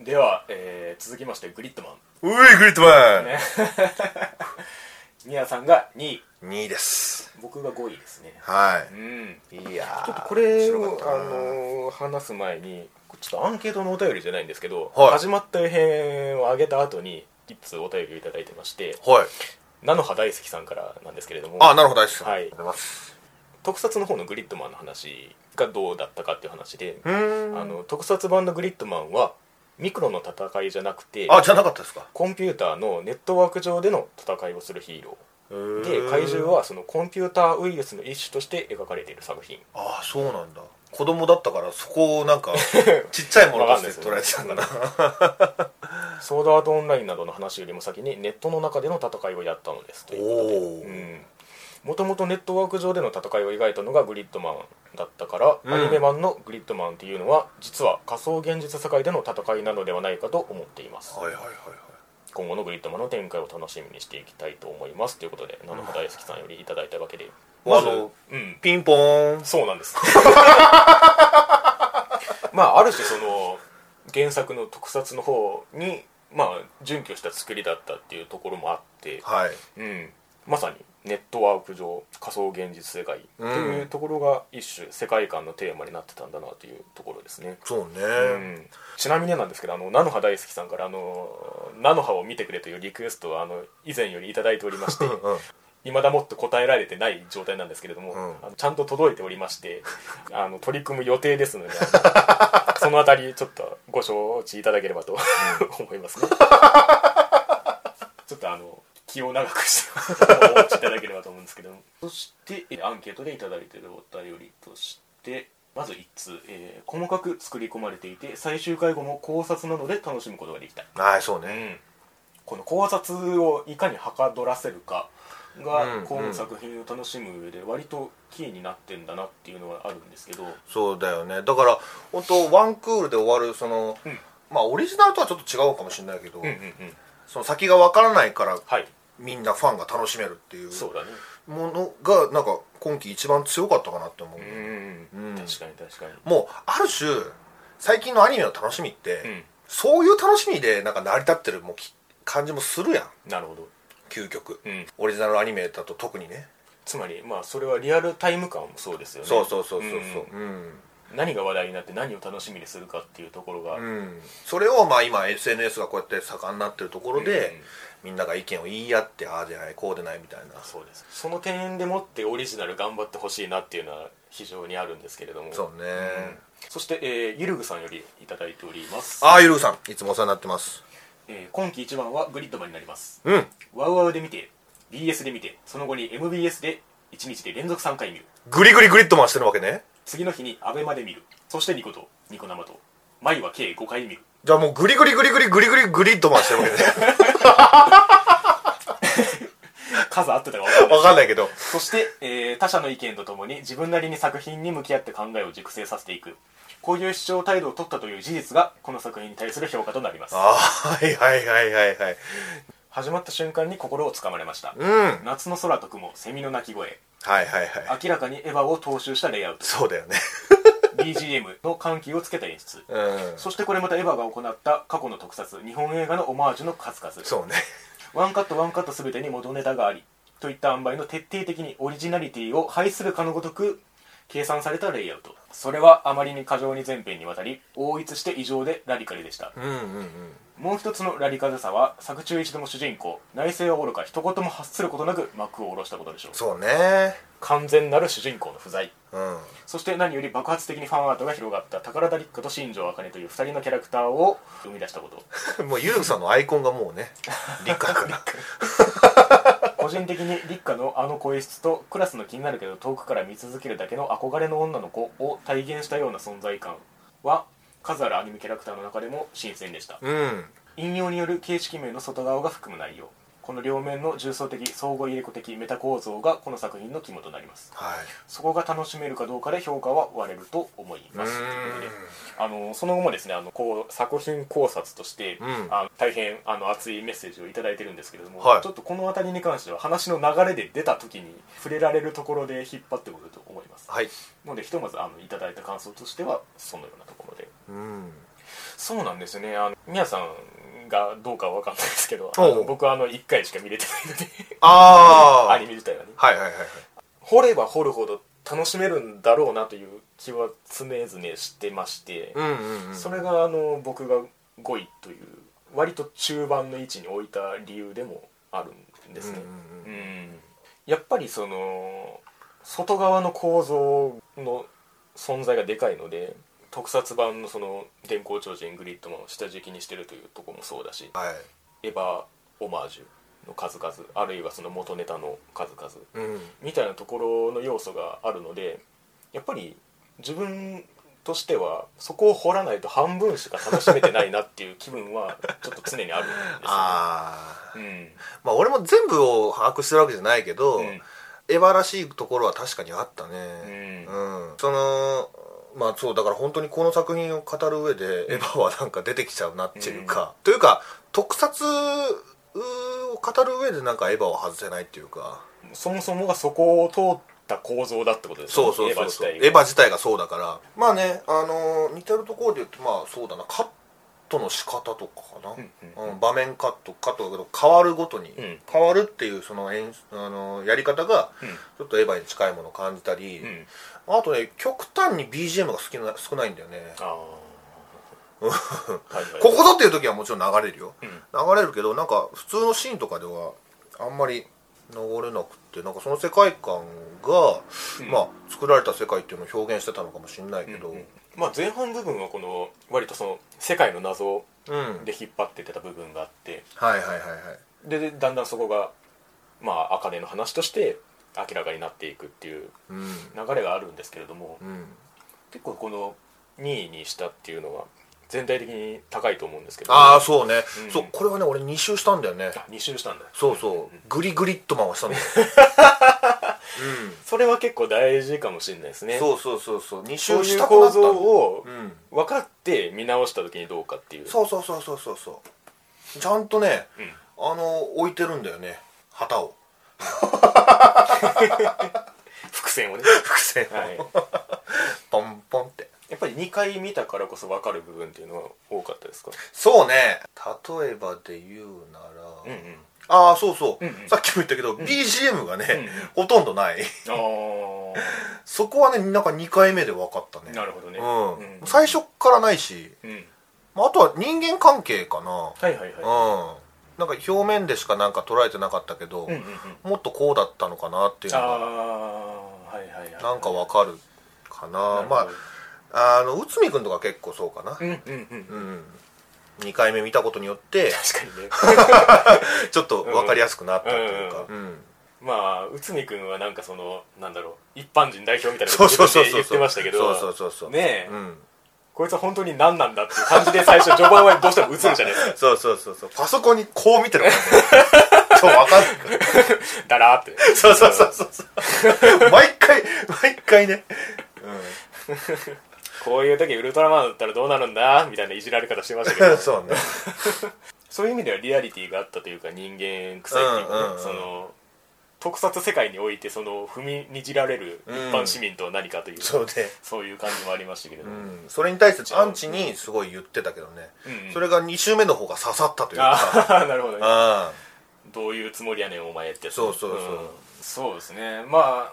では、えー続きましてグリッドマういグリッドマンねミヤさんが2位ン、2位です僕が5位ですねはうんいいやーちょっとこれ面白をかあったなのー話す前にちょっとアンケートのお便りじゃないんですけど、はい始まった編を上げた後に一通お便りをいただいてましてはい菜の葉大好きさんからなんですけれどもあなるほど大好きはいありがとうございます特撮の方のグリッドマンの話がどうだったかっていう話で、うーんあの特撮版のグリッドマンはミクロの戦いじゃなくてあじゃなかったですかコンピューターのネットワーク上での戦いをするヒーローでで怪獣はそのコンピューターウイルスの一種として描かれている作品ああそうなんだ子供だったからそこをな んかちっちゃいものとして捉わかんないえでてすたんよだ なソードアートオンラインなどの話よりも先にネットの中での戦いをやったのですとおいうことでおもともとネットワーク上での戦いを描いたのがグリッドマンだったから、うんアニメ版のグリッドマンっていうのは実は仮想現実世界での戦いなのではないかと思っていますはいはいはいはい今後のグリッドマンの展開を楽しみにしていきたいと思いますということで菜の葉大好きさんよりいただいたわけでまずあのうんピンポーンそうなん ですまあある種その原作の特撮の方にまあ準拠した作りだったっていうところもあって、はいうん、まさにネットワーク上仮想現実世界っていうところが一種世界観のテーマになってたんだなというところですね、そうね、うん、ちなみになんですけどあの菜の葉大好きさんからあの菜の葉を見てくれというリクエストをあの以前より頂いただいておりま してうん未だもっと答えられてない状態なんですけれども、うんあのちゃんと届いておりまして あの取り組む予定ですので あのそのあたりちょっとご承知いただければと思いますねちょっとあの気を長くしてお待ちいただければと思うんですけどそしてえアンケートでいただいているお便りとしてまず1通、えー細かく作り込まれていて最終回後も考察などで楽しむことができたはいそうねこの考察をいかにはかどらせるかが、うんこうのん作品を楽しむ上で割とキーになってんだなっていうのはあるんですけど、そうだよねだから本当ワンクールで終わるその、うんまあオリジナルとはちょっと違うかもしれないけど、うんその先がわからないからはいみんなファンが楽しめるっていうそうだねものがなんか今季一番強かったかなって思う、うん、うん確かに確かにもうある種最近のアニメの楽しみって、うんそういう楽しみでなんか成り立ってるもうき感じもするやんなるほど、究極、うん、オリジナルアニメだと特にねつまりまあそれはリアルタイム感もそうですよねそうそうそうそうそうううん、ん何が話題になって何を楽しみにするかっていうところが、うんそれをまあ今 SNS がこうやって盛んになってるところで、うんみんなが意見を言い合ってああでないこうでないみたいなそうですその点でもってオリジナル頑張ってほしいなっていうのは非常にあるんですけれどもそうね、そして、えーゆるぐさんよりいただいておりますああゆるうさんいつもお世話になってますえー今季一番はグリッドマンになりますうんワウワウで見て BS で見てその後に MBS で1日で連続3回見るグリグリグリっと回してるわけね次の日に a b まで見るそしてニコとニコ生と毎は計5回見るじゃあもうグリグリグリグリグリグリグリっと回してるわけ ね数合ってたか分かんない わかんないけどそして、えー他者の意見とともに自分なりに作品に向き合って考えを熟成させていくこういう主張態度を取ったという事実がこの作品に対する評価となりますああはいはいはいはいはい始まった瞬間に心をつかまれましたうんはい夏の空と雲セミの鳴き声はいはい明らかにエヴァを踏襲したレイアウ トそうだよね BGM の緩急をつけた演出うんそしてこれまたエヴァが行った過去の特撮日本映画のオマージュの数々そうねワンカットワンカット全てに元ネタがありといった塩梅の徹底的にオリジナリティを排するかのごとく計算されたレイアウトそれはあまりに過剰に全編にわたり応一して異常でラディカルでしたうんうんうんもう一つのラディカルさは作中一度も主人公内政はおろか一言も発することなく幕を下ろしたことでしょうそうね完全なる主人公の不在うんそして何より爆発的にファンアートが広がった宝田陸花と新庄茜という2人のキャラクターを生み出したこともうゆるうさん のアイコンがもう ね立夏だから個人的に立花のあの声質とクラスの気になるけど遠くから見続けるだけの憧れの女の子を体現したような存在感は数あるアニメキャラクターの中でも新鮮でしたうん引用による形式名の外側が含む内容この両面の重層的相互入れ子的メタ構造がこの作品の肝となりますはいそこが楽しめるかどうかで評価は割れると思いますうーんということであのその後もですねあのこう作品考察として、うんあの大変あの熱いメッセージを頂いただいてるんですけれども、はいちょっとこの辺りに関しては話の流れで出た時に触れられるところで引っ張ってくると思いますはいのでひとまずあのいただいた感想としてはそのようなところでうんそうなんですよねあの宮さんがどうかは分かんないですけどあおうの僕はあの1回しか見れてないのでああ アニメ自体はねはいはいはいはい掘れば掘るほど楽しめるんだろうなという気は常々してまして、うんうんうんそれがあの僕が5位という割と中盤の位置に置いた理由でもあるんですね、うんうんううんんやっぱりその外側の構造の存在がでかいので特撮版のその「電光超人グリッドマン」を下敷きにしてるというところもそうだしはエいヴァオマージュの数々あるいはその元ネタの数々うんみたいなところの要素があるのでやっぱり自分としてはそこを掘らないと半分しか楽しめてないなっていう気分はちょっと常にあるんああですよね。まあ俺も全部を把握してるわけじゃないけど、うんうんエヴァらしいところは確かにあったうねんうん、そのまあそうだから本当にこの作品を語る上でエヴァはなんか出てきちゃうなっていうか、というか特撮を語る上でなんかエヴァを外せないっていうかそもそもがそこを通った構造だってことですねそうそうそうそうエエヴァ自体ヴァ自体がそうだからまあねあのー似てるところで言うとまあそうだなカットの仕方とかかな、うんうんうん場面カットカットだけど変わるごとに、うん変わるっていうその演出あのーやり方がうんちょっとエヴァに近いものを感じたり、うんあとね極端に BGM が好きな少ないんだよねああはい はいここぞっていう時はもちろん流れるようん流れるけどなんか普通のシーンとかではあんまり流れなくってなんかその世界観が、うんまあ作られた世界っていうのを表現してたのかもしれないけど、うんまあ前半部分はこの割とその世界の謎うん、で引っ張ってってた部分があってはいはいはいはいででだんだんそこがまあ茜の話として明らかになっていくっていううん流れがあるんですけれどもうん結構この2位にしたっていうのは全体的に高いと思うんですけどああそうね、うんそうこれはね俺2周したんだよね2周したんだそうそうグリグリットマンをしたん だよ、それは結構大事かもしれないですうん、ねそうそうそうそう2そう周いしうたく構なったん造だをうん分かって見直した時にどうかっていうそうそうそうそうそうそうちゃんとね、あの置いてるんだよね旗を伏線を ね、伏線を、はい、ポンポンってやっぱり2回見たからこそ分かる部分っていうのは多かったですかそうね例えばで言うなら、うんうんああそうそう、うんうんさっきも言ったけど、BGM がね、うほとんどないあそこはねなんか2回目で分かったあねなるほどねうん最初っからないし、うんまあ、あとは人間関係かな、はいはいはうんなんか表面でしかなんか捉えてなかったけど、いうんうんうんもっとこうだったのかなっていうあのあがはいはいはいなんか分かるかななるほまどああの内海君とか結構そうかなうんうんうんうん、2回目見たことに よって確かにねちょっと分かりやすくなったというか、うんまあ内海君はなんかそのなんだろう一般人代表みたいなそうそうそう自分でそう言ってましたけどそうそうそうそうねえ、うんこいつは本当に何なんだっていう感じで最初序盤はどうしても映るじゃないですかそうそうそうそうパソコンにこう見て るからねそう分かんないだらーってそうそうそうそうそう 毎回毎回ね、こういう時ウルトラマンだったらどうなるんだみたいないじられ方してましたけうどん、 そうねそういう意味ではリアリティがあったというか人間臭いっていうかね、うんうんうんその特撮世界においてその踏みにじられる一般市民とは何かという、そうねそういう感じもありましたけれどうも、ん、それに対してアンチにすごい言ってたけどね、うんうんそれが2周目の方が刺さったというかああなるほどねあどういうつもりやねんお前ってそうそうそうんそうですねまあ、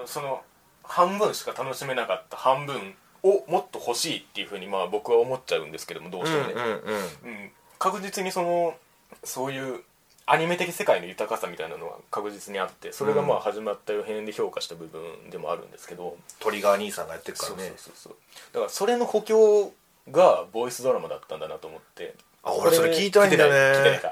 うん、その半分しか楽しめなかった半分をもっと欲しいっていうふうにまあ僕は思っちゃうんですけどもどううしんてうもんね、うんうん確実にそのそういうアニメ的世界の豊かさみたいなのは確実にあってそれがまあ始まった予変で評価した部分でもあるんですけど、トリガー兄さんがやってるかそうらそうねそうそうだからそれの補強がボイスドラマだったんだなと思ってあ俺それ聞いてないんだよね聞いてない聞いて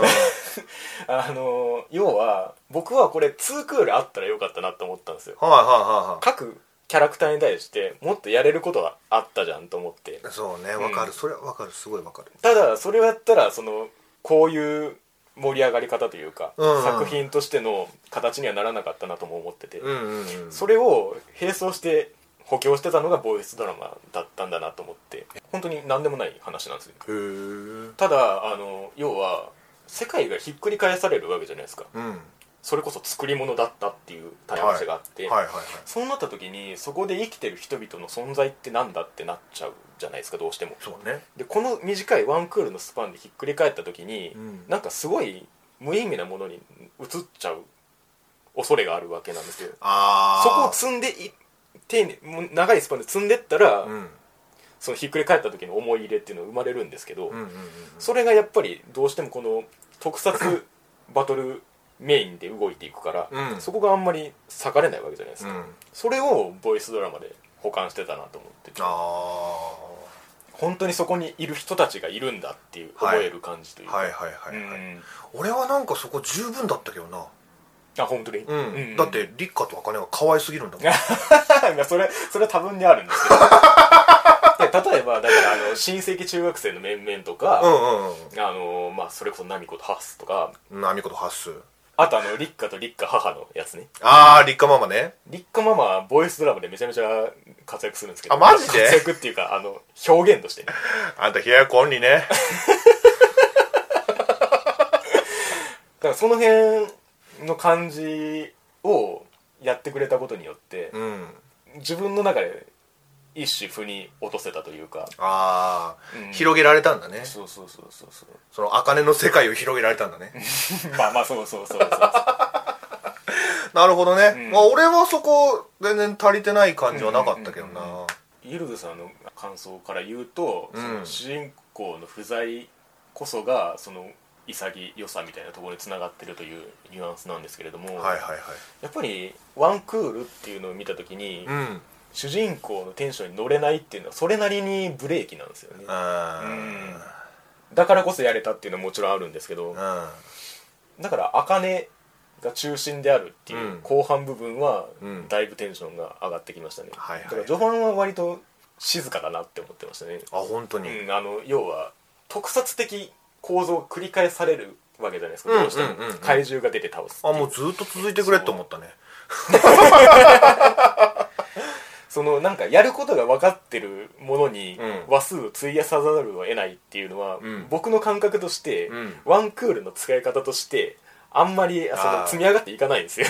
ないかあの要は僕はこれ2クールあったらよかったなと思ったんですようんはいはいはいは各キャラクターに対してもっとやれることがあったじゃんと思っていそうねわかる、それはわかるすごいわかるただそれをやったらそのこういう盛り上がり方というか、うんうん作品としての形にはならなかったなとも思ってて、うんうんうんそれを並走して補強してたのがボイスドラマだったんだなと思って本当に何でもない話なんですよへーただあの要は世界がひっくり返されるわけじゃないですかうんそれこそ作り物だったっていう対話があって、はいはいはいそうなった時にそこで生きてる人々の存在ってなんだってなっちゃうじゃないですかどうしてもそうねでこの短いワンクールのスパンでひっくり返った時に、うんなんかすごい無意味なものに移っちゃう恐れがあるわけなんですよあそこをあ積んでい丁寧もう長いスパンで積んでったら、うんそのひっくり返った時の思い入れっていうのが生まれるんですけど、うんうんうんうんそれがやっぱりどうしてもこの特 撮バトルメインで動いていくから、うんそこがあんまり裂かれないわけじゃないですうか、んそれをボイスドラマで保管してたなと思っててああ本当にそこにいる人たちがいるんだっていう覚える感じというか、はいはいはいはい、うん俺はなんかそこ十分だったけどなあ本当に、うん、うんだって立花と茜が可愛すぎるんだも んいやそれそれは多分にあるんです けどいや例えばだからあの親戚中学生の面々とうか、んうんあのまあ、それこそナミコとハッスとかうんナミコとハッスあとあの立花と立花母のやつねああ立花ママね立花ママはボイスドラマでめちゃめちゃ活躍するんですけどあマジで活躍っていうかあの表現としてねあんた冷ややっこオンリーねだからその辺の感じをやってくれたことによって、うん自分の中で一種腑に落とせたというかああ、うん広げられたんだねそうそうそうそうそうその茜の世界を広げられたんだね まあまあそうそうそうそうそうなるほどね、うんまあ俺はそこ全然足りてない感じはなかったけどな、うんうんうんゆるぐさんの感想から言うと、うんその主人公の不在こそがその潔さみたいなところにつながってるというニュアンスなんですけれども、はいはいはいやっぱりワンクールっていうのを見た時に、うん主人公のテンションに乗れないっていうのはそれなりにブレーキなんですよねあだからこそやれたっていうのはもちろんあるんですけどーうんだから茜が中心であるっていううん後半部分はうんだいぶテンションが上がってきましたね、はいはいだから序盤は割と静かだなって思ってましたねあ本当に、うん、あの要は特撮的構造が繰り返されるわけじゃないですか、うんどうしてもうんうんうん怪獣が出て倒すっていあもうずっと続いてくれって思 ったねそのなんかやることが分かってるものにうん話数を費やさざるを得ないっていうのは、うん僕の感覚として、うんワンクールの使い方としてあんまりあそあーの積み上がっていかないんですよ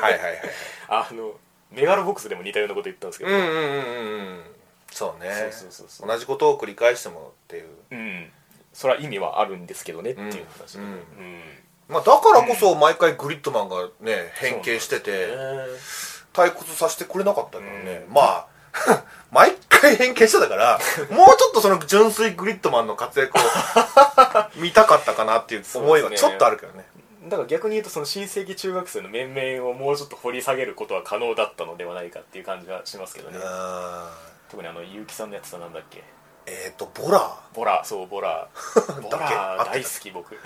はいはいはい あのメガロボックスでも似たようなこと言ったんですけど、うんうんうんうんうんそうねそうそうそうそう同じことを繰り返してもっていううんそれは意味はあるんですけどねっていう話で、うんうんまあだからこそ毎回グリッドマンがね変形してて退屈させてくれなかったからね、まあ 毎回変形してたからもうちょっとその純粋グリッドマンの活躍を見たかったかなっていう思いはちょっとあるけどねだから逆に言うとその親戚中学生の面々をもうちょっと掘り下げることは可能だったのではないかっていう感じがしますけどうねーん特にあの結城さんのやつさなんだっけえっ、とボラボラそうボラボ だっけラ合ってた大好き僕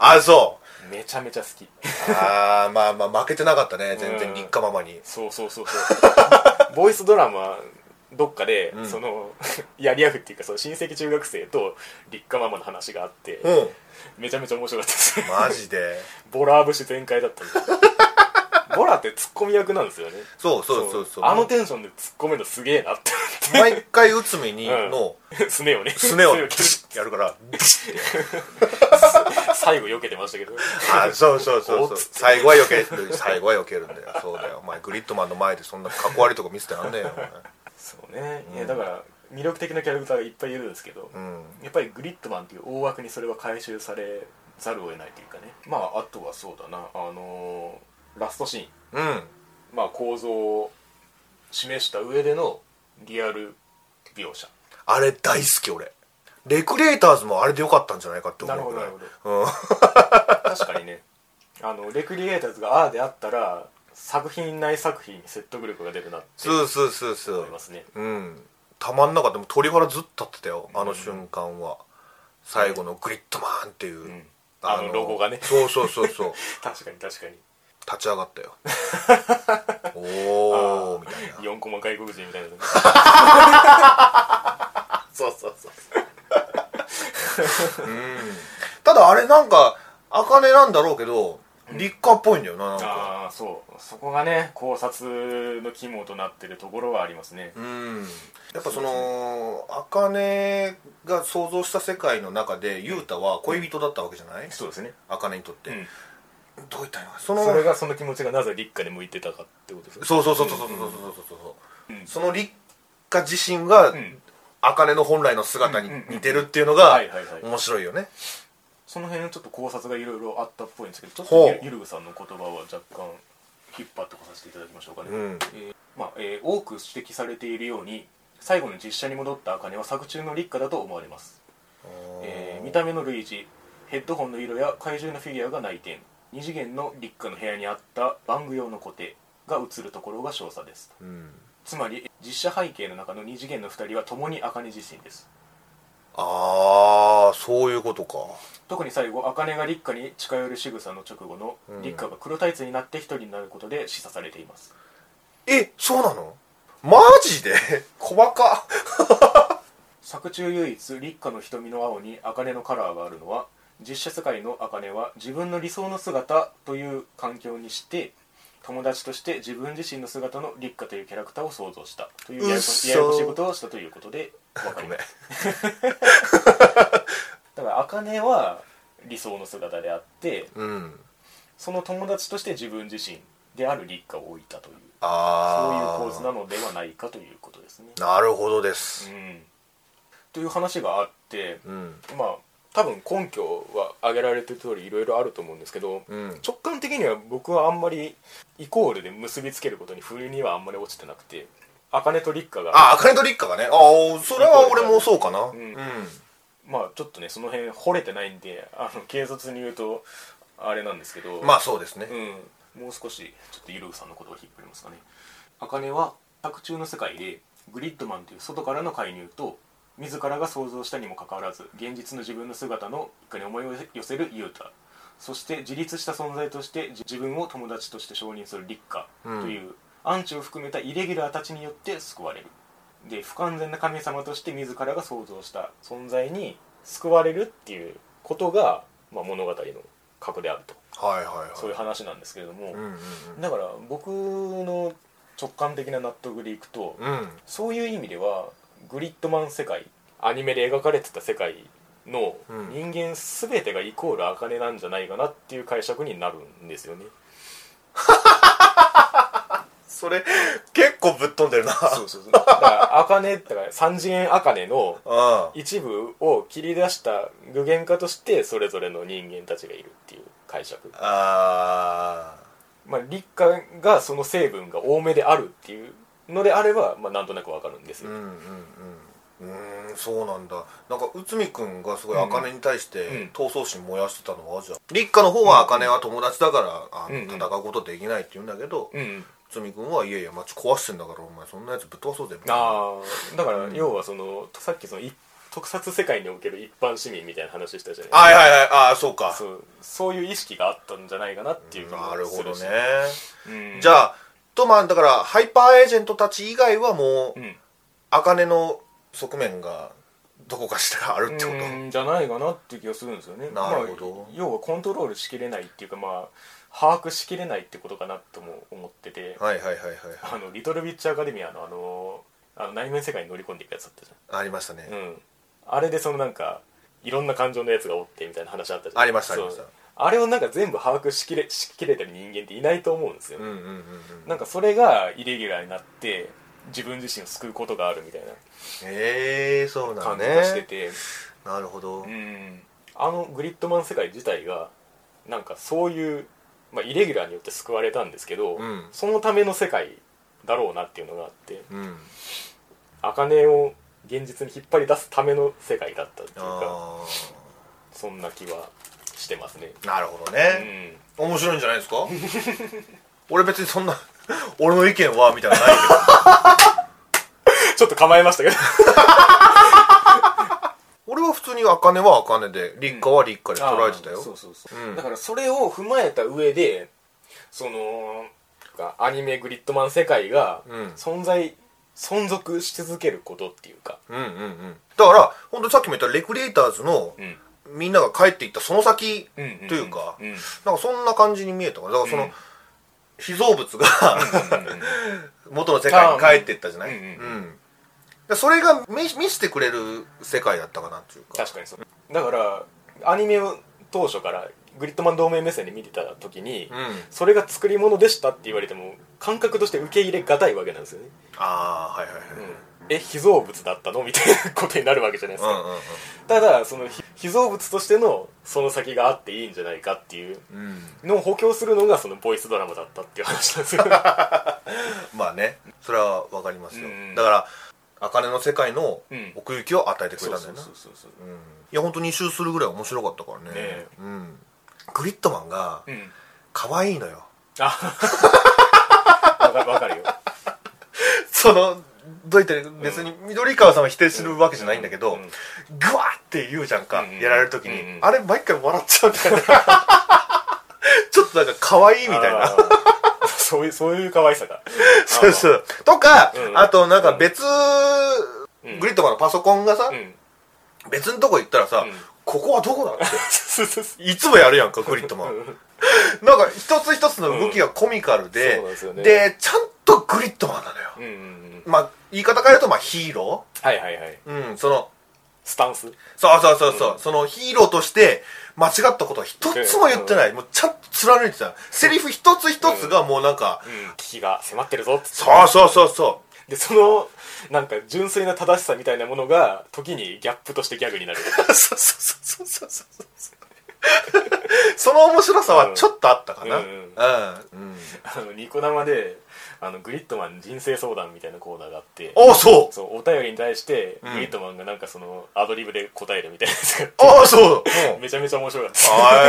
あそうめちゃめちゃ好きあー まあまあ負けてなかったね全う然ん立花ママにそうそうそうそう ボイスドラマどっかで、んその やり合うっていうかその親戚中学生と立花ママの話があって、うんめちゃめちゃ面白かったです マジでボラ節全開だったんですよ ボラってツッコミ役なんですよねそうそうそうそうあのテンションで突っ込めるのすげえなって毎回内海にの すねをねすねをスピシッてやるから最後避けてましたけ どあそうそうそうおそうっつって最後は避ける最後は避けるんだよそうだよお前グリッドマンの前でそんなかっこ悪いとこ見せてらんねえよそうね、いやだから魅力的なキャラクターがいっぱいいるんですけど、お前うんやっぱりグリッドマンっていう大枠にそれは回収されざるを得ないというかねまああとはそうだなあのーラストシーンうんまあ構造を示した上でのリアル描写あれ大好き俺レクリエイターズもあれでよかったんじゃないかって思うぐらいなるほどなるうん確かにねあのレクリエイターズがああであったら作品内作品に説得力が出るなってそうそうそうそ思いうますねうんたまんなかったもう鳥肌ずっと立ってたよあの瞬間は最後のグリッドマンっていう、んあのロゴがねそうそうそうそう確かに確かに立ち上がっ たよおおみたいな4コマ外国人みたい な そうそうそう。うん。ただあれなんか、茜なんだろうけど、立夏っぽいんだよななんかああそうそこがね考察の肝となってるところはありますねうんやっぱその茜が想像した世界の中で雄太は恋人だったわけじゃないそうですね、茜にとって、うん、どういったのそのそれがその気持ちがなぜ立夏に向いてたかってことですねそうそうそうそうそうそうそうそう、うんその立花自身が、ん茜の本来の姿にうんうんうん似てるっていうのがはいはいはい面白いよねその辺のちょっと考察がいろいろあったっぽいんですけどちょっほとうゆゆるうさんの言葉を若干引っ張ってこさせていただきましょうかね、うんえーまあえー多く指摘されているように最後に実写に戻った茜は作中の立夏だと思われますえー見た目の類似ヘッドホンの色や怪獣のフィギュアが内見二次元の立夏の部屋にあった玩具用の固定が映るところが少佐ですうんつまり実写背景の中の二次元の2人は共に茜自身ですああそういうことか特に最後茜が立夏に近寄る仕草の直後のうん立夏が黒タイツになって一人になることで示唆されています、えそうなのマジで 細か作中唯一立夏の瞳の青に茜のカラーがあるのは実写世界の茜は自分の理想の姿という環境にして友達として自分自身の姿の立夏というキャラクターを想像したというややこ嘘ややこしいことをしたということでわかりましだから茜は理想の姿であってうんその友達として自分自身である立夏を置いたというそういうああ構図なのではないかということですね。なるほどですうん、という話があってうんまあ多分根拠は挙げられてる通りいろいろあると思うんですけど、うん直感的には僕はあんまりイコールで結びつけることに不意にはあんまり落ちてなくて茜と立花がああ茜と立花がねああそれは俺もそうかなうんん、まあちょっとねその辺惚れてないんであの軽率に言うとあれなんですけどまあそうですね、うん、もう少しちょっとゆるうさんのことを引っ張りますかね茜は作中の世界でグリッドマンという外からの介入と自らが想像したにもかかわらず現実の自分の姿の一家に思いを寄せるユータそして自立した存在として自自分を友達として承認する立夏うんという、アンチを含めたイレギュラーたちによって救われるで不完全な神様として自らが想像した存在に救われるっていうことが、まあ、物語の核であるとはいはいはいそういう話なんですけれども、うんうんだから僕の直感的な納得でいくと、うんうんそういう意味ではグリッドマン世界アニメで描かれてた世界のうん人間全てがイコール茜なんじゃないかなっていう解釈になるんですよね。それ結構ぶっ飛んでるなそうそうそうだから茜だから三次元茜のあ一部を切り出した具現化としてそれぞれの人間たちがいるっていう解釈。あまあ、立夏がその成分が多めであるっていうのであれば、まあ、なんとなくわかるんですうよ、んうんうんうーんそうなんだなんか内海君がすごい茜に対しうんて闘争心燃やしてたのはじゃあ立花の方は茜は友達だからあのうんうん戦うことできないって言うんだけどうん内海君はいやいや街壊してんだからお前そんなやつぶっ飛ばそうぜみたいなああだから要はそのさっきそのい特撮世界における一般市民みたいな話したじゃないはいはいはいああそうかそうそういう意識があったんじゃないかなっていう気もなるすほるどねし、うんじゃあとまあだからハイパーエージェントたち以外はもううん茜の側面がどこかしらあるってこうんじゃないかなっていう気がするんですよねなるほどまあ要はコントロールしきれないっていうかまあ把握しきれないってことかなとも思ってて、とはいはいはいはいはいあのリトルビッチアカデミアのあのあの内面世界に乗り込んでいくやつだったじゃんありましたねうん、あれでそのなんかいろんな感情のやつがおってみたいな話あったじゃんありましたあそりうましたあれをなんか全部把握しきれしきれてる人間っていないと思うんですよ、うんうんうんうんなんかそれがイレギュラーになって自分自身を救うことがあるみたいなええー、そうなの感じがしてねて、なるほど、うんあのグリッドマン世界自体がなんかそういう、まあ、イレギュラーによって救われたんですけど、うんそのための世界だろうなっていうのがあってうん、茜を現実に引っ張り出すための世界だったっていうかあそんな気はしてますね。あなるほどうね、ん、面白いんじゃないですか 俺別にそんな 俺の意見はみたいなのないけ どちょっと構えました けど俺は普通に茜は茜で立花は立花で捉えてたよ、そうそうそう、うんだからそれを踏まえた上でそのアニメグリッドマン世界がうん存在、存続し続けることっていうか、うんうんうんだから本当にさっきも言ったレクリエイターズのうんみんなが帰っていったその先うんうんうんというかうんなんかそんな感じに見えたからだからその、うん被造物が元の世界に帰っていったじゃない、うんうんうんでそれが見見せてくれる世界だったかなっていうか確かにそうだからアニメを当初からグリッドマン同盟目線で見てた時に、うんそれが作り物でしたって言われても感覚として受け入れがたいわけなんですよね、ああはいはいはい、うんえ被造物だったのみたいなことになるわけじゃないですか、うんうんただそのひ被造物としてのその先があっていいんじゃないかっていううんうんのを補強するのがそのボイスドラマだったっていう話なんです よまあねそれはわかりますよ、うんだから茜の世界のうん奥行きを与えてくれそたうんそだような、そうそうそううんいや本当に一周するぐらい面白かったからねえうん、グリットマンがうん可愛いのよあわかわかるよそのどう言ってる別に緑川さんは否定するわけじゃないんだけど、うんグワーって言うじゃんか、うんうんやられる時に、うんうんあれ毎回笑っちゃうんだよねちょっとなんか可愛いみたいあなーそういうそういう可愛さがそうそうとか、うんあとなんか別、うんグリットマンのパソコンがさ、うん別のとこ行ったらさ、うんここはどこだってそうそうそういつもやるやんかグリットマンなんか一つ一つの動きがコミカルうんでそうなんですよねでちゃんとグリットマンなのようんうんうんまあ言い方変えるとまあヒーロはいはいはいーうんそのスタンスそうそうそうそう、うんそのヒーローとして間違ったことは一つも言ってない、もうちゃんと貫いてたセリフ一つ一つがもうなんか、危機が迫ってるぞっつってそうそうそう そでそのなんか純粋な正しさみたいなものが時にギャップとしてギャグになるうそうそうそうそうそうそうその面白さはちょっとあったかなううんん、 あのニコ生であのグリットマン人生相談みたいなコーナーがあってああそうそうお便りに対してうんグリットマンがなんかそのアドリブで答えるみたいなやつがああそう、あ ってめちゃめちゃ面白かっあ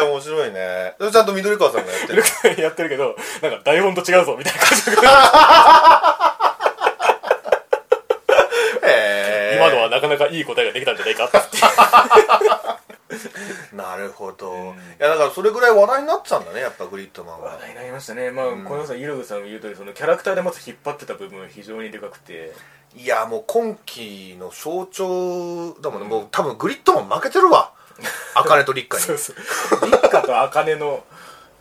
え面白いねそれちゃんと緑川さんがやってるた やってるけどなんか台本と違うぞみたいな感じがへえ今のはなかなかいい答えができたんじゃないか ってなるほど、うんいやだからそれぐらい話題になってたんだねやっぱグリッドマンは話題になりましたねまあこのさんイログさんが言う通りそのキャラクターでまず引っ張ってた部分は非常にでかくていやもう今期の象徴だもんね、うんもう多分グリッドマン負けて るわ茜と立花そうそう立花と茜の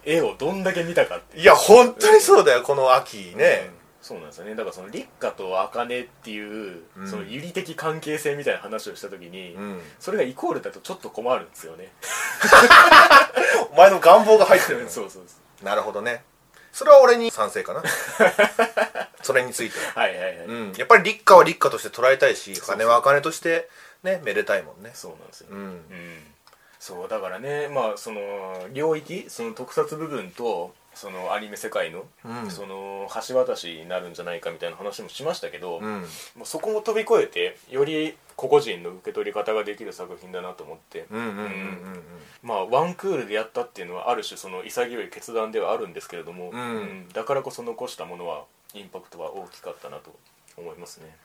絵をどんだけ見たかっていうにいや本当にそうだよこの秋ね、そうなんですよねだからその立花と茜っていう、うんその有利的関係性みたいな話をした時に、うんそれがイコールだとちょっと困るんですよねお前の願望が入って るそうそうそ なるほどねそれは俺に賛成 かなそれについてはうはいはいはい、うんやっぱり立花は立花として捉えたいしうそう茜は茜としてねめでたいもんねそうなんですようねんうん、そうだからねまあその領域その特撮部分とそのアニメ世界の、うんその橋渡しになるんじゃないかみたいな話もしましたけど、うんもうそこも飛び越えてより個々人の受け取り方ができる作品だなと思って、うんうんうんうんまあワンクールでやったっていうのはある種その潔い決断ではあるんですけれども、うんだからこそ残したものはインパクトは大きかったなと思いますね、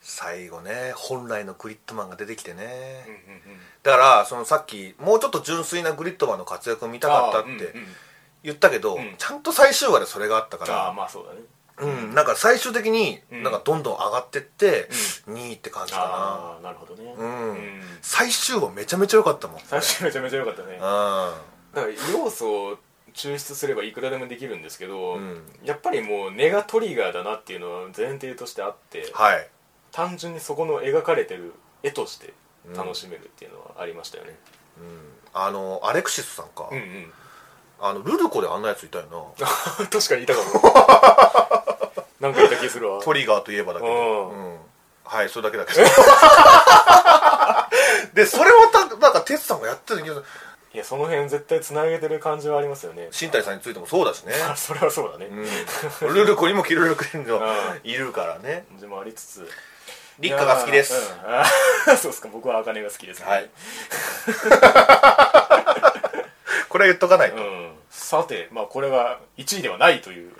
最後ね本来のグリッドマンが出てきてね、うんうんだからそのさっきもうちょっと純粋なグリッドマンの活躍を見たかったっあーてうんうん言ったけど、うんちゃんと最終話でそれがあったかああら、まあそうだねうん、なんか最終的にうんなんかどんどん上がってって、2位って感じかああなるほどねな、うんうん最終話めちゃめちゃ良かったもん最初めちゃめちゃ良かったねうだから要素を抽出すればいくらでもできるんですけど、うんやっぱりもう根がトリガーだなっていうのは前提としてあってんはい単純にそこの描かれてる絵として楽しめるっていうのはありましたよね、あのアレクシスさんか、うん、うんあのルルコであんなやついたよな 確かにいたか もなんかいた気するわトリガーといえばだけど、ううんはいそれだけだけどでそれをたなんか哲さんがやってるけどいやその辺絶対つなげてる感じはありますよね新谷さんについてもそうだしねあ それはそうだね、 うん、ルルコにもキルルクリンのういるからねでもありつつ立花が好きです、いやーうんあー そうですか僕は茜が好きです、ね、はい これは言っとかないと、うん、さて、まあ、これが1位ではないという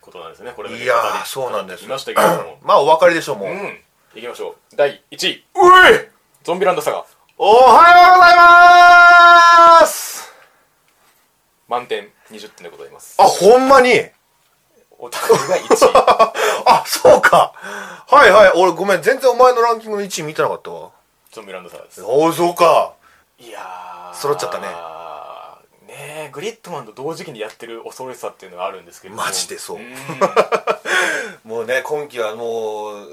ことなんですねこれだけいやー語りそうなんです語ってきましたけれど もまあお分かりでしょうもう、うんいきましょう第1位ういゾンビランドサガおはようございます満点20点でございます あほんまにお互いが1位あそうかはいはい俺ごめん全然お前のランキングの1位見てなかったわゾンビランドサガですおそうかいやー揃っちゃったねねえグリッドマンと同時期にやってる恐ろしさっていうのはあるんですけれどもマジでそうんもうね今期はもう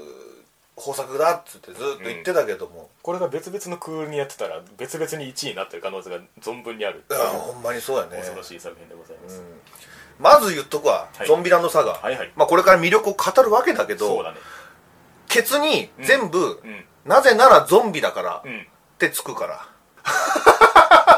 豊作だっつってずっと言ってたけども、これが別々のクールにやってたら別々に1位になってる可能性が存分にあるだからほんまにそうやね恐ろしい作品でございます、まず言っとくわ、はいゾンビランドサガ、はいはいまあ、これから魅力を語るわけだけどそうだねケツに全部、うんなぜならゾンビだから、うっんてつくから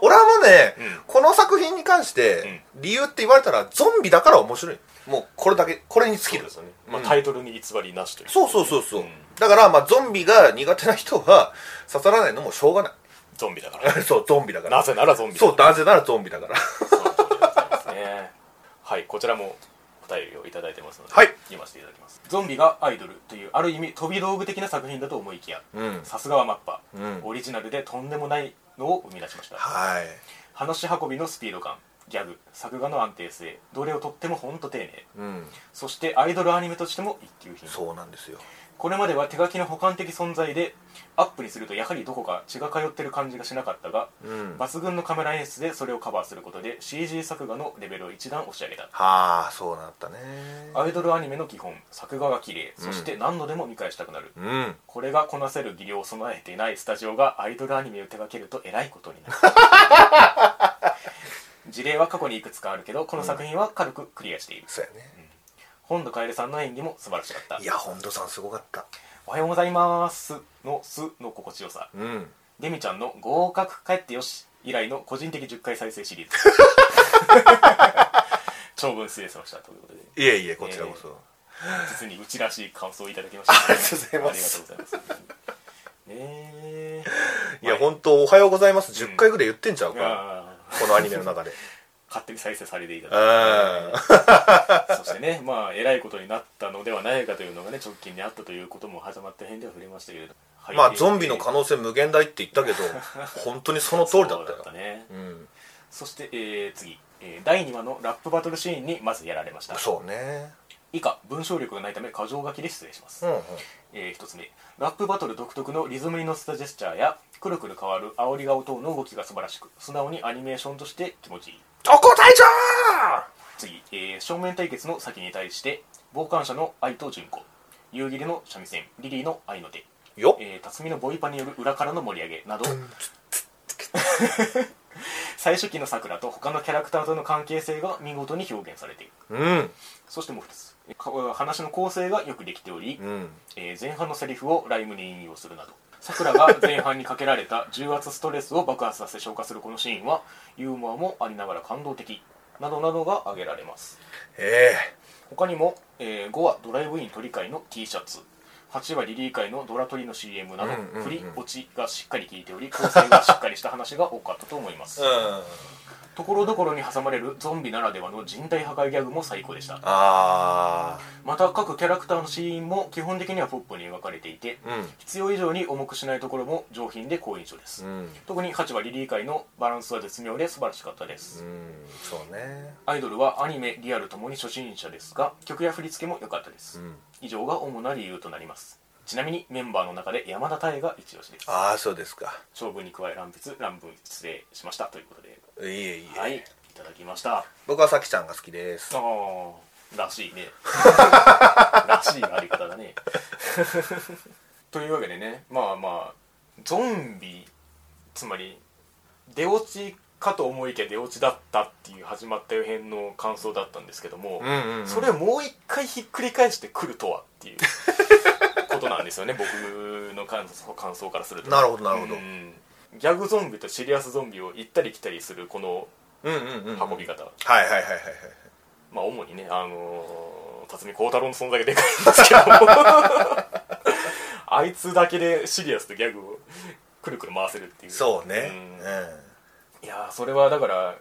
俺はもうね、うんこの作品に関して、理由って言われたらゾンビだから面白いもうこれだけこれに尽きそうるですよね、うんまあ、タイトルに偽りなしというそうそうそうそう、うんだからまあゾンビが苦手な人は刺さらないのもしょうがなゾンビだからい そうゾンビだからなぜならゾンビだそうなぜならゾンビだからそういうことでございますねはいこちらもお便りをいただいてますので、はい読ませていただきますゾンビがアイドルというある意味飛び道具的な作品だと思いきやうんさすがはマッパ、うんオリジナルでとんでもないのを生み出しましたはい話し運びのスピード感ギャグ作画の安定性どれをとってもほんと丁寧うんそしてアイドルアニメとしても一級品そうなんですよこれまでは手書きの補完的存在でアップにするとやはりどこか血が通ってる感じがしなかったが、うん抜群のカメラ演出でそれをカバーすることで CG 作画のレベルを一段押し上げたはあそうなったねアイドルアニメの基本作画が綺麗そして何度でも見返したくなる、うんこれがこなせる技量を備えていないスタジオがアイドルアニメを手掛けるとえらいことに なる事例は過去にいくつかあるけどこの作品は軽くクリアしている、そうやね本土楓さんの演技も素晴らしかったいや本田さんすごかったおはようございますの「す」の心地よさうんデミちゃんの「合格帰ってよし」以来の個人的10回再生シ リーズ長文失礼しましたということでいえいえこちらこそ、実にうちらしい感想をいただきましたありがとうございますありがとうございますねえいやん本当おはようございます10回ぐらい言ってんちゃうか、このアニメの中 で勝手に再生されていただいあてそしてねまあえらいことになったのではないかというのがね直近にあったということも始まった辺では触れましたけれどまあゾンビの可能能性無限大って言った けど本当にその通りだったよねうんそして、えー次、えー第2話のラップバトルシーンにまずやられましたそうね以下文章力がないため箇条書きで失礼します、うんうんえ1つ目ラップバトル独特のリズムに乗せたジェスチャーやくるくる変わる煽り顔等の動きが素晴らしく素直にアニメーションとして気持ちいい特攻隊長次、えー正面対決の先に対して傍観者の愛と純子夕霧の三味線リリーの愛の手、よっ、えー辰巳のボイパによる裏からの盛り上げなど最初期のさくらと他のキャラクターとの関係性が見事に表現されているうんそしてもう一つか話の構成がよくできており、うんえー前半のセリフをライムに引用するなどさくらが前半にかけられた重圧ストレスを爆発させ消化するこのシーンはユーモアもありながら感動的などなどが挙げられますえ他にも、え5話ドライブイン取り替えの T シャツ8話リリー会のドラ取りの CM など、うんうんうん振り落ちがしっかり効いており構成がしっかりした話が多かったと思います えうんところどころに挟まれるゾンビならではの人体破壊ギャグも最高でしたあまた各キャラクターのシーンも基本的にはポップに描かれていて、ー必要以上に重くしないところも上品で好印象です、うんうん特に8話リリー界のバランスは絶妙で素晴らしかったです、うんそうねアイドルはアニメリアルともに初心者ですが曲や振り付けも良かったです、ん以上が主な理由となりますちなみにメンバーの中で山田太が一押しですああそうですか長文に加え乱筆乱文失礼しましたということでいえいえ、はいいただきました僕はさきちゃんが好きですああらしいね らしいあり方だね というわけでねまあまあゾンビつまり出落ちかと思いきや出落ちだったっていう始まった予編の感想だったんですけども、うんうんうんそれをもう一回ひっくり返してくるとはっていう ことなんですよね僕の感想感想からするとなるほどなるほどうんギャグゾンビとシリアスゾンビを行ったり来たりするこのうんうんうん運び方、はいはいはいはいはいまあ主にね、あのー、辰巳孝太郎の存在がでかいんです けどあいつだけでシリアスとギャグをくるくる回せるっていうそうんねうんいやーそれはだから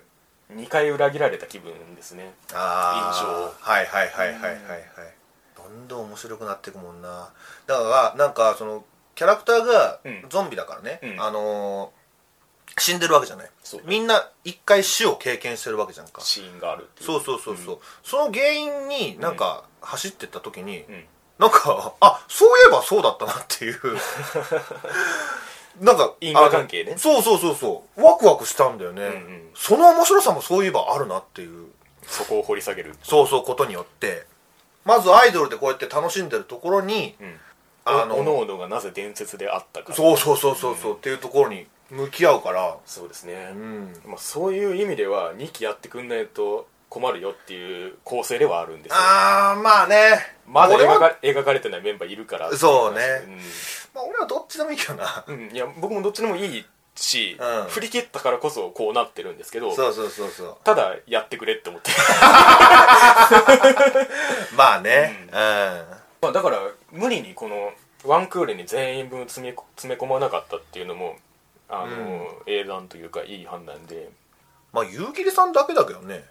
2回裏切られた気分ですねあ印象あはいはいはいはいはいはいどんどん面白くなっていくもんなだからなんかそのキャラクターがうんゾンビだからね、うんあのー死んでるわけじゃないそうみんな一回死を経験してるわけじゃんかシーンがあるっていうそうそうそうそう、その原因になんか走ってった時に、うんなんかあそういえばそうだったなっていうなんか因果関係ねあのそうそうそうそうワクワクしたんだよね、うんうんその面白さもそういえばあるなっていうそこを掘り下げる、そうそうことによってまずアイドルでこうやって楽しんでるところにうん、ああののおのおのがなぜ伝説であったかそうそうそうそうそう、っていうところに向き合うからそうですね、うんまあ、そういう意味では2期やってくんないと困るよっていう構成ではあるんですよああまあねまだ俺描は、か描かれてないメンバーいるからそうねまあ、俺はどっちでもいいけどなうん、うんいや僕もどっちでもいいし、うん振り切ったからこそこうなってるんですけどそうそうそうそうただやってくれって思ってまあねうん、まあだから無理にこのワンクールに全員分詰めこ詰め込まなかったっていうのもあの、英断というかいい判断でまあ夕霧さんだけだけどね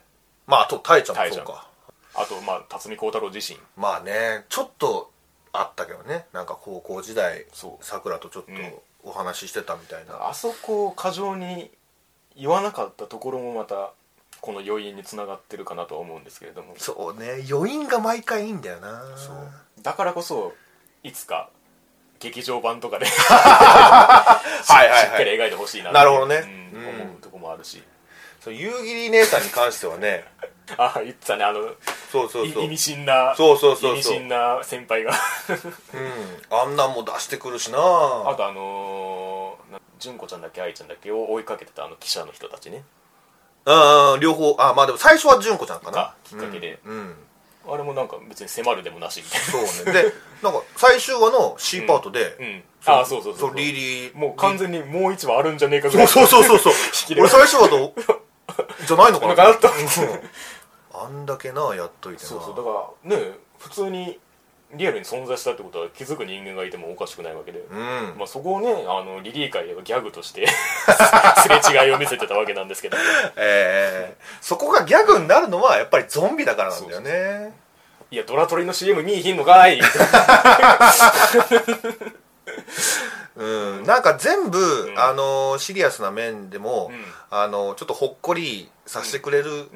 まああとタイちゃんもそうタイちかあとまあ辰巳孝太郎自身まあねちょっとあったけどねなんか高校時代そうさくらとちょっとうんお話ししてたみたいな、あそこを過剰に言わなかったところもまたこの余韻につながってるかなとは思うんですけれどもそうね余韻が毎回いいんだよなそうだからこそいつか劇場版とかでしはいはいはいしっかり描いてほしいななるほどねうんうん思うとこもあるしそう夕霧姉さんに関してはねああ言ってたねあのそうそういそう意味深なそうそうそうそう意味深な先輩がうん、あんなんも出してくるしなあとあのーな純子ちゃんだっけ愛ちゃんだっけを追いかけてたあの記者の人たちねうんうん両方あまあでも最初は純子ちゃんかながきっかけでうん、うんあれもなんか別に迫るでもなしみたいなそうねでなんか最終話の C パートで、うんあそうそうそうそうリリーもう完全にもう一話あるんじゃねえかぐらそういそうそう そうそう切れ俺最初話とじゃないのか ななんかあったうんあんだけなやっといてなそうそうだからね普通にリアルに存在したってことは気づく人間がいてもおかしくないわけで、うんまあ、そこをねあのリリー界ではギャグとして すれ違いを見せてたわけなんですけどええそこがギャグになるのはやっぱりゾンビだからなんだよねいやドラトリの CM 見いひんのかいうんなんか全部、んあのシリアスな面でも、うんあのちょっとほっこりさせてくれるうん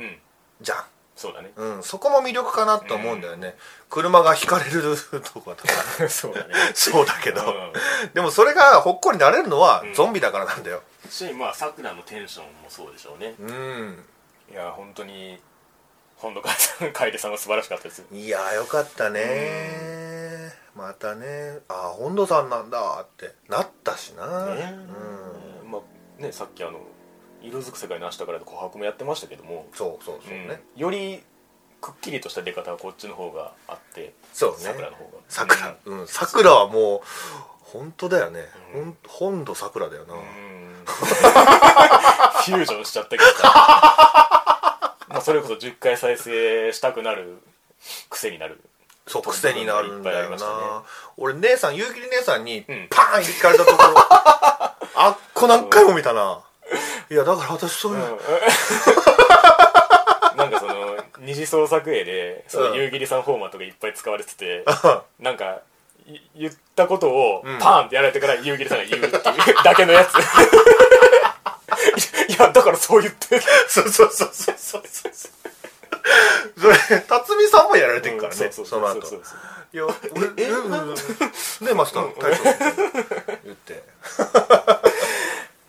じゃんそうだねうん、そこも魅力かなと思うんだよね、車が引かれると かとか そうだねそうだけど、うでもそれがほっこりなれるのはんゾンビだからなんだよんしまあさくらのテンションもそうでしょうねうんいや本当に本土さん楓さんが素晴らしかったですいやーよかったねまたねああ本土さんなんだってなったしな、ねうん、まあねさっきあの「色づく世界の明日から」で琥珀もやってましたけども、そうそうそうね、うんよりくっきりとした出方はこっちの方があってそうね桜の方が 桜うん桜はもう本当だよね、うんほん、本土桜だよな、うんうんフュージョンしちゃったけどさ まあそれこそ10回再生したくなる癖になるそう癖になるんだいっぱいありよましな、たね俺姉さん夕霧姉さんにうんパーン入れ替えたところ、 あっこ何回も見たな、いやだから私そうういんう、 なんかその二次創作絵でそうのん夕霧さんフォーマットがいっぱい使われててあなんかい言ったことをんパーンってやられてから夕霧さんが言うっていうだけの やついやだからそう言って そうそうそうそうそうそうそうそれ辰巳さんもやられてるからね、うんそううのう後うそういや俺ええねマスター大将言って、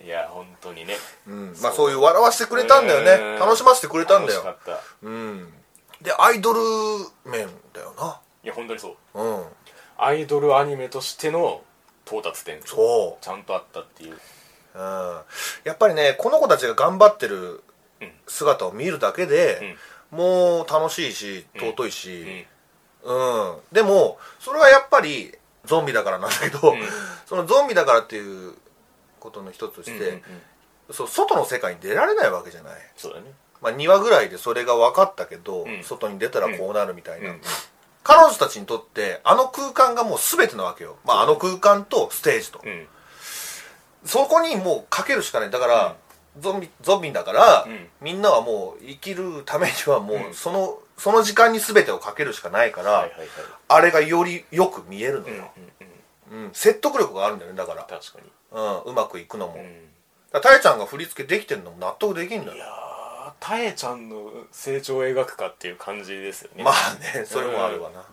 いや本当にねうん、まあそういう笑わせてくれたんだようねん楽しませてくれたん楽だよしかったうんでアイドル面だよないや本当にそううんアイドルアニメとしての到達点ちそうゃんとあったっていううんやっぱりねこの子たちが頑張ってるうん姿を見るだけで、もう楽しいし尊いし、うんでもそれはやっぱりゾンビだからなんだけど、うんそのゾンビだからっていうことの一つとして、うんうんそう外の世界に出られないわけじゃない、そうだねまあ、2話ぐらいでそれが分かったけど、ん外に出たらこうなるみたいな、うん彼女たちにとってあの空間がもう全てなわけよ、まあ、あの空間とステージと、うんそこにもうかけるしかないだから、ゾンビゾンビだから、うんみんなはもう生きるためにはもう、うんそのその時間に全てをかけるしかないから、はいはいはいあれがよりよく見えるのうんうんよ、うんうん説得力があるんだよねだから、確かにうん、うまくいくのも、うんだからたえちゃんが振り付けできてるのも納得できるんだいよやーたえちゃんの成長を描くかっていう感じですよねまあねそれもあるわな、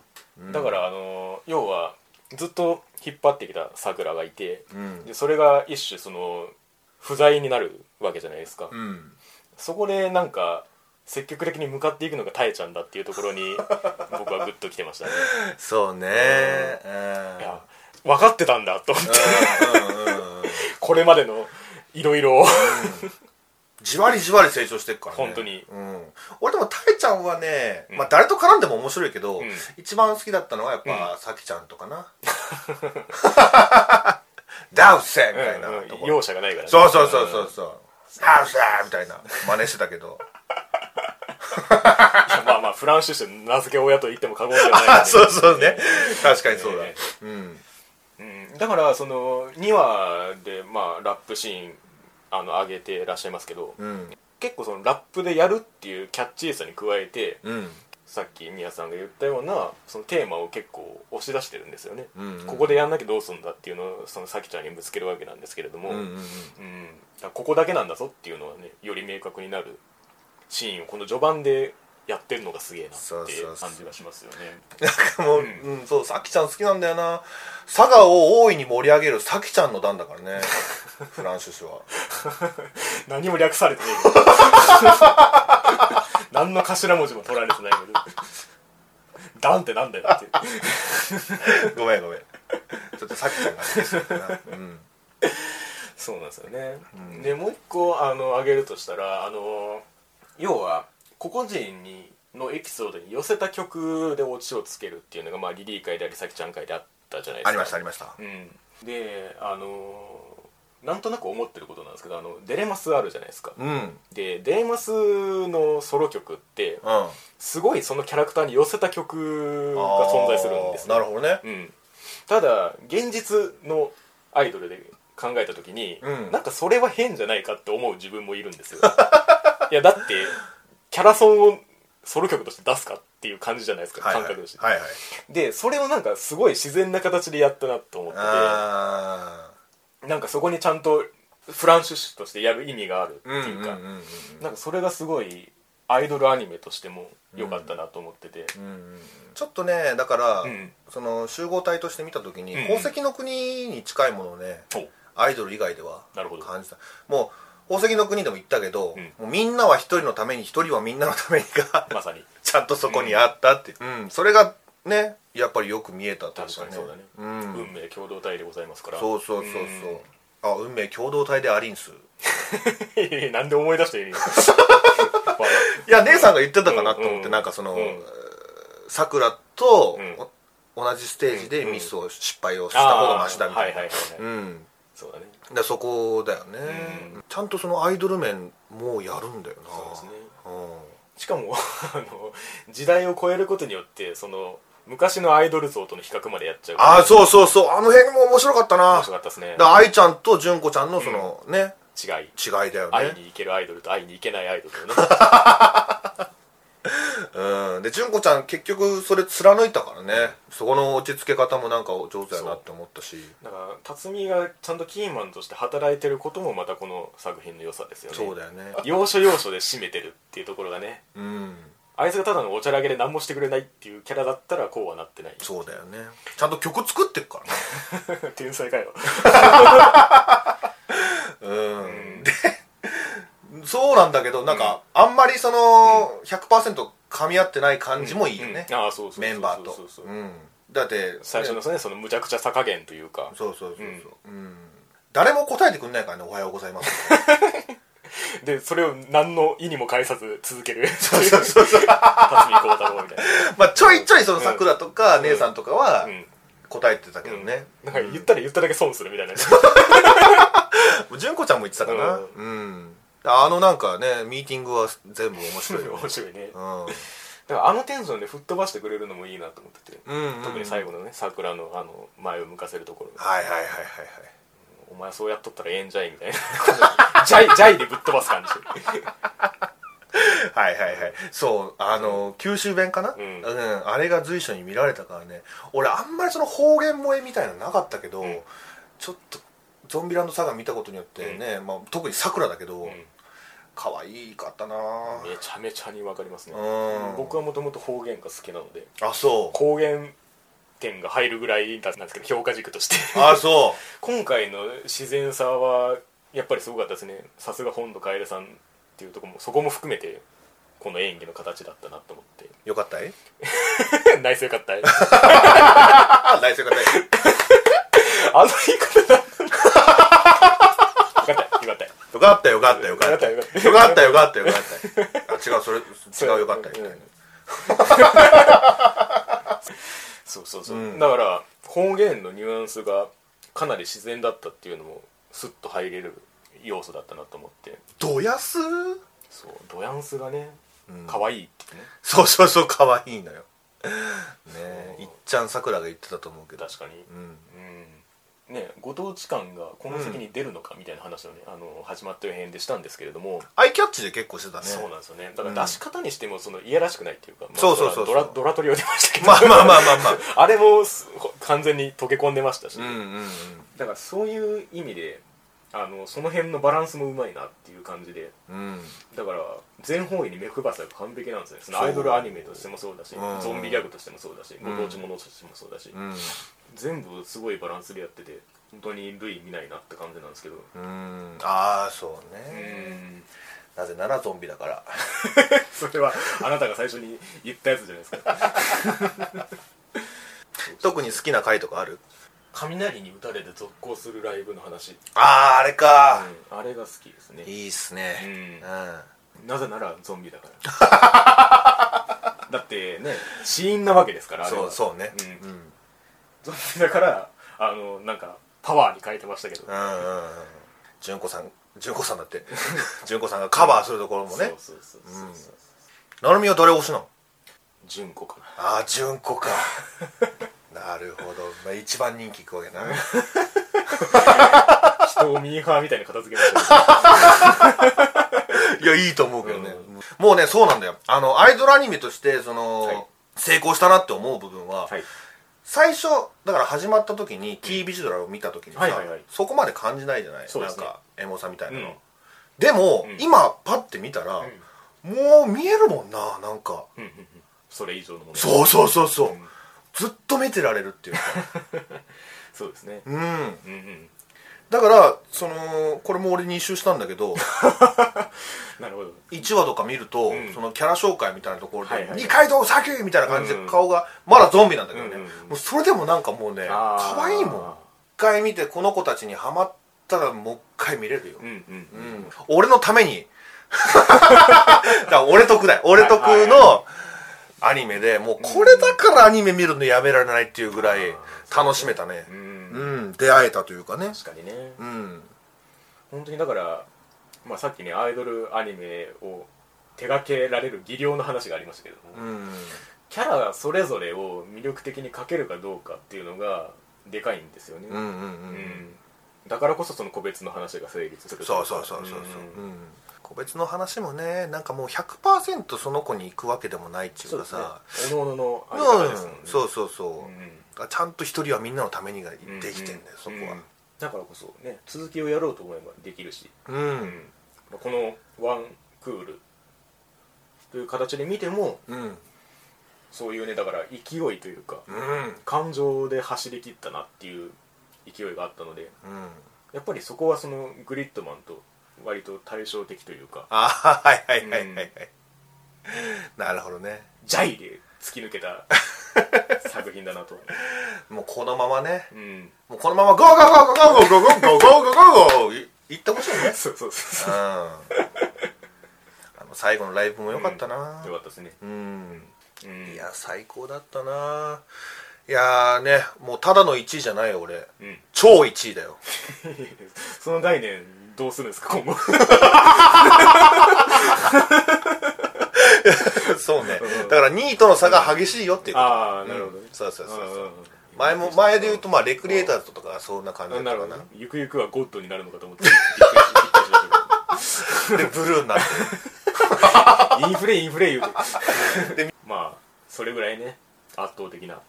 うんだからあのー要はずっと引っ張ってきた桜がいて、うんでそれが一種その不在になるわけじゃないですか、うんそこでなんか積極的に向かっていくのがタエちゃんだっていうところ に僕はグッときてましたねそうねいや分かってたんだと思 ってうんうんうんうんこれまでのいろいろじわりじわり成長してくからね本当にうん、俺でもたえちゃんはね、うんまあ、誰と絡んでも面白いけど、うん一番好きだったのはやっぱ、さきちゃんと かなダウセみたいなところ、容赦がないからねそうそうそうそうそうダウセみたいな真似してたけどうん まあまあフランスして名付け親と言っても過言ではないのあでそう そうね確かにそうだ、えうんうんだからその2話でまあラップシーンあの上げてらっしゃいますけど、うん結構そのラップでやるっていうキャッチーさに加えてうんさっき宮さんが言ったようなそのテーマを結構押し出してるんですよね、うんうんここでやんなきゃどうすんだっていうのをそのさきちゃんにぶつけるわけなんですけれども、うんうんうんうんだからここだけなんだぞっていうのはねより明確になるシーンをこの序盤でやってるのがすげえなそうってそうそう感じがしますよねなんかもう、ううん、そう、さきちゃん好きなんだよな。佐賀を大いに盛り上げるさきちゃんの段だか らね。フランシュ氏は。何も略され てねえけど何の頭文字も取られてないけど「ダンってなんだよ」って ごめんごめん。ちょっとさきちゃんが好きですよね。うん。そうなんですよね、でもう一個あの挙げるとしたらあの要は個々人にのエピソードに寄せた曲でオチをつけるっていうのが、まあ、リリー会でありさきちゃん会であったじゃないですかありましたありました。うん、であのなんとなく思ってることなんですけどあのデレマスあるじゃないですか、うん。うん。でデレマスのソロ曲ってすごいそのキャラクターに寄せた曲が存在するんですねあーなるほどね。うん、ただ現実のアイドルで考えた時に、うんなんかそれは変じゃないかって思う自分もいるんですよ いやだってキャラソンをソロ曲として出すかっていう感じじゃないですか、はいはい。感覚として、はいはい。でそれをなんかすごい自然な形でやったなと思ってあてなんかそこにちゃんとフランシュシュとしてやる意味があるってーうんいううんうんか、うんなんかそれがすごいアイドルアニメとしても良かったなと思ってて、うんうん。ちょっとね、だから、うんその集合体として見たときに、うんうん宝石の国に近いものをね、おアイドル以外ではなるほど感じたもう宝石の国でも言ったけど、うんもうみんなは一人のために一人はみんなのためにがまさにちゃんとそこにあったって、うんそれがねやっぱりよく見えたという確かにそうだね、うん、運命共同体でございますからそうそうそうそう、あ運命共同体でアリンスいやいやなん で思い出してるいや姉さんが言ってたかなと思って、うんうんなんかその、うんさくらと、うんお同じステージでミスを、失敗をしたあ方ーがマシだみたいな、はいはいはいはいうんそうだねでそこだよね、ちゃんとそのアイドル面もうやるんだよなそうですねうんしかも あの時代を超えることによってその昔のアイドル像との比較までやっちゃうからああ、そうそうそう。あの辺も面白かったな面。白かったですねだ愛ちゃんと純子ちゃんのそのね、違い違いだよ会いね。に行けるアイドルと会いに行けないアイドル のねうん。で、純子ちゃん結局それ貫いたからね。そこの落ち着け方もなんか上手やなって思ったし。だから辰巳がちゃんとキーマンとして働いてることもまたこの作品の良さですよねそうだよね。要所要所で締めてるっていうところがねうん。あいつがただのおちゃらけで何もしてくれないっていうキャラだったらこうはなってないそうだよね。ちゃんと曲作ってるからね。 天才かようん。で、そうなんだけど、なんか、あんまりその、100%噛み合ってない感じもいいよね。うんああそうそうそうそうメンバーとそうそう。そううん。だって、最初のねそのむちゃくちゃさ加減というかそうそうそうそう、うん誰も答えてくんないからね「おはようござ いますでそれを何の意にも介さず続けるそうそうそうそ辰う」巳孝太郎みたいなまあちょいちょいそのさくらとか姉さんとかはうん答えてたけどね、なんか言ったら言っただけ損するみ たいな純子ちゃんも言ってたかなううんん、あのなんかねミーティングは全部面白いよ、面白いねうんだからあのテンションで吹っ飛ばしてくれるのもいいなと思ってて、うんうん特に最後のね桜のあの前を向かせるところはいはいはいはいはいお前そうやっとったらええんじゃいみたい なジャイジャイでぶっ飛ばす感じはいはいはいそうあの九州弁かな、ううんんあれが随所に見られたからね俺あんまりその方言萌えみたいなのなかったけど、んちょっとゾンビランドサガ見たことによってね、まあ、特にさくらだけど、ん可愛いかったなめちゃめちゃにわかりますねうん僕はもともと方言が好きなのであそ方言点が入るぐらいなんですけど評価軸として ああそ今回の自然さはやっぱりすごかったですねさすが本土楓さんっていうところもそこも含めてこの演技の形だったなと思って うよかったい ナイスよかったああ内緒がないの言い 方なんだよかったよかったよかったよかったよかったよよかったかったよかったよかったあ違うそれ違うよかったみたいなうん そうそうそう、うんだから方言のニュアンスがかなり自然だったっていうのもスッと入れる要素だったなと思ってどやすそうドヤンスがねうん可愛いってね、そうそうそう可愛いのよねえそういっちゃんさくらが言ってたと思うけど確かにうんうんねご当地感がこの先に出るのかみたいな話をね、あの始まった編でしたんですけれども、アイキャッチで結構してたねそうなんですよねだから出し方にしてもそのいやらしくないっていうか、まあそうそうそうそドうラドラトリを出ましたけどまあまあまあまあま ああれもすほ完全に溶け込んでましたし、うんうんうんだからそういう意味であのその辺のバランスもうまいなっていう感じでうんだから全方位に目配せが完璧なんですねそのそうアイドルアニメとしてもそうだし、うんゾンビギャグとしてもそうだし、うんご当地ものとしてもそうだし、うん全部すごいバランスでやってて本当に類見ないなって感じなんですけどうんああそううねんなぜならゾンビだからそれはあなたが最初に言ったやつじゃないですか特に好きな回とかある雷に打たれて続行するライブの話、あああれかうんあれが好きですねいいっすねうんんなぜならゾンビだから だってね死因なわけですからあれはそうそうねううんんゾンビだからあのなんかパワーに変えてましたけど、うんうんうん純子さん純子さんだって 純子さんがカバーするところもねそうそうそうそうそうなるみは誰推しなの純子かなああ純子 かなるほど、まあ、一番人気いくわけな人をミーハーみたいに片付けましたけいやいいと思うけどね、もうねそうなんだよあのアイドルアニメとしてその、はい成功したなって思う部分どは、はい最初だから始まった時に T ビジュアルを見た時にさ、はいはいはいそこまで感じないじゃない、そうでなんすねかエモさみたいなの、うんでも、うん今パッて見たら、もう見えるもんななんかうんうんうんそれ以上のものそうそうそうそう、んずっと見てられるっていうかそうですねうんうんうんだからそのこれも俺2周したんだ けどなるほど1話とか見ると、うんそのキャラ紹介みたいなところで「はいはいはい二階堂咲みたいな感じうんで顔が、まだゾンビなんだけどね、うんうんうんもうそれでもなんかもうねあー可愛いもん一回見てこの子たちにハマったらもう一回見れるよ、うんうんうん俺のために だから俺得だよ俺得はいはいのアニメでもうこれだからアニメ見るのやめられないっていうぐらい楽しめたねう、んうん、出会えたというかね確かにねうん本当にだから、まあ、さっきねアイドルアニメを手掛けられる技量の話がありましたけども、うんキャラそれぞれを魅力的に描けるかどうかっていうのがでかいんですよね、うんうんううんんだからこそその個別の話が成立するそうそうそうそうそう、うんん個別の話もねなんかもう100%その子に行くわけでもないっていそううでかすねさおのおののあうり方ですもんねん、そうそうそう、うんあちゃんと一人はみんなのためにがでうんきてんだよ、そこはだからこそね続きをやろうと思えばできるし、うんうんこのワンクールという形で見てもうんうん、そういうねだから勢いというか感情で走り切ったなっていう勢いがあったのでやっぱりそこはそのグリッドマンと割と対照的というかああはいはいはいはいはい、なるほどねジャイで突き抜けた作品だなと、もうこのままねうん、もうこのままゴーゴーゴーゴーゴーゴーゴーゴーゴーゴーゴーゴーいってほしいねそうそうそうんあの最後のライブも良かったなうよかったですね、うんうん、いや最高だったないやーねもうただの1位じゃないよ俺うん超1位だよ その概念どうするんですか今後そうねうんだから2位との差が激しいよっていうこ とああなるほどね、うんそうそうそうそううん前も前で言うとまあレクリエイターズとかそんな感じだあっなたるかほなどねゆくゆくはゴッドになるのかと思ってびっくりしびっくりしましたでブルーになっけどインフレインフレ言う てまあそれぐらいね圧倒的な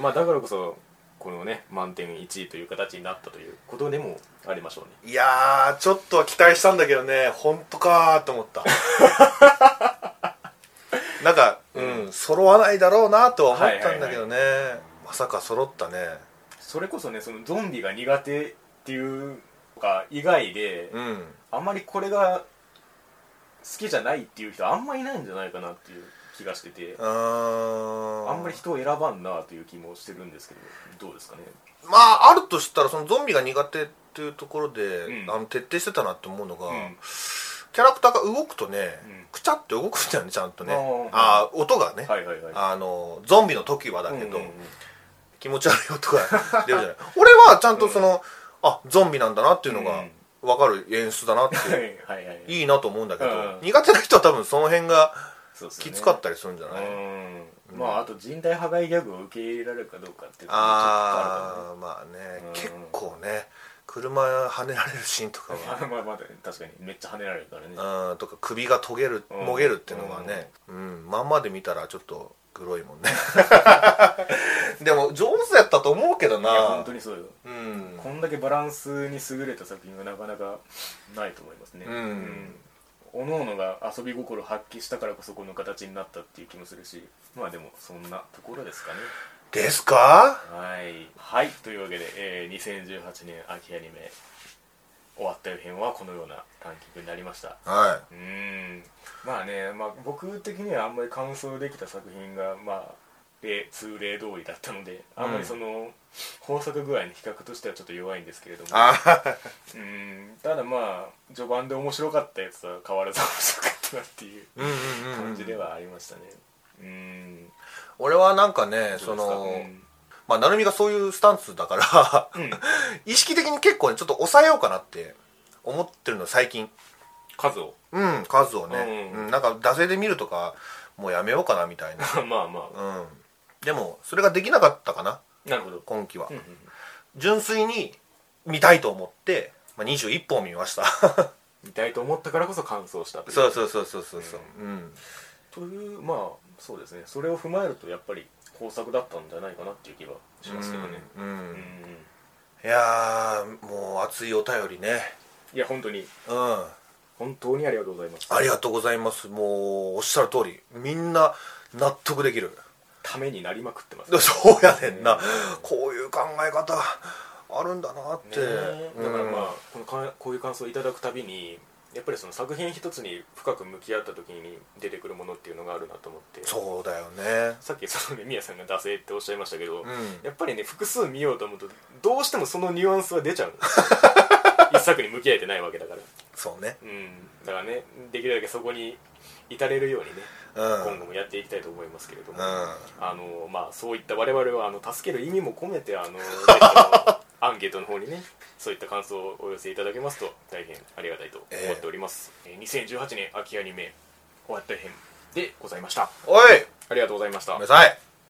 まあだからこそこのね満点1位という形になったということでもありましょうねていやーちょっとは期待したんだけどね本当かーって思った なんかうん揃わないだろうなとは思ったんだけどね、まさか揃ったねそれこそねそのゾンビが苦手っていうか以外で、うんあんまりこれが好きじゃないっていう人あんまりいないんじゃないかなっていう気がしててあーあんまり人を選ばんなという気もしてるんですけどどうですかねまああるとしたらそのゾンビが苦手っていうところで、うんあの徹底してたなって思うのが、うんキャラクターが動くとね、うんくちゃって動くんだよねちゃんとねあーあー音がね、はいはいはいあのゾンビの時はだけど、うんうんうん気持ち悪い音が 出るじゃない俺はちゃんとその、あゾンビなんだなっていうのがうん分かる演出だなってはいいう、はいはいいいなと思うんだけど、うん苦手な人は多分その辺がそうですよきねつかったりするんじゃない、うんまああと人体破壊ギャグを受け入れられるかどうかっていうのああまあね、うん結構ね車跳ねられるシーンとかちょっとあるはかな まあまあ確かにめっちゃ跳ねられるからねうんとか首がとげる、うんもげるっていうのがね、うんまんまで見たらちょっとグロいも んねでも上手やったと思うけどいやな本当にそうようんこんだけバランスに優れた作品はなかなかないと思いますねうんうん、各々が遊び心発揮したからこそこの形になったっていう気もするしまあでもそんなところですかねですかはい、はい、というわけで、えー2018年秋アニメ終わった予編はこのようなランキングになりましたはうーんまあね、まあ、僕的にはあんまり感想できた作品がまあ例通例通りだったのであんまりその、豊作具合の比較としてはちょっと弱いんですけれどもあーうーんただまあ序盤で面白かったやつは変わらず面白かったなっていううんうんうんうん感じではありましたねうーん俺はなんかねどそうですかの、まあ成海がそういうスタンスだからうん、うん、 意識的に結構ねちょっと抑えようかなって思ってるの最近数を うん数をね、ううんんなんか惰性で見るとかもうやめようかなみたいなまあまうんでもそれができなかったかなあなるほど今期は、うんうん純粋に見たいと思って、まあ、21本見ました見たいと思ったからこそ感想したという そうそうそうそうそうそううんというまあそうですねそれを踏まえるとやっぱり豊作だったんじゃないかなっていう気はしますけどねうん、うんうん、いやーもう熱いお便りねいや本当にうん本当にありがとうございますありがとうございますもうおっしゃる通りみんな納得できる ためになりまくってますでねそうやねんな、うんこういう考え方あるんだなって、えだからまあうん、このかこういう感想をいただくたびにやっぱりその作品一つに深く向き合った時に出てくるものっていうのがあるなと思ってそうだよねさっきそのね宮さんが「惰性」っておっしゃいましたけど、うんやっぱりね複数見ようと思うとどうしてもそのニュアンスは出ちゃうの 一作に向き合えてないわけだからそうねうん、だからねできるだけそこに至れるようにね、うん今後もやっていきたいと思いますけれども、うんあのまあ、そういった我々はあの助ける意味も込めてあのぜひあのアンケートの方にねそういった感想をお寄せいただけますと大変ありがたいと思っております、えー2018年秋アニメ終わった編でございましたおいありがとうございましたごめんなさい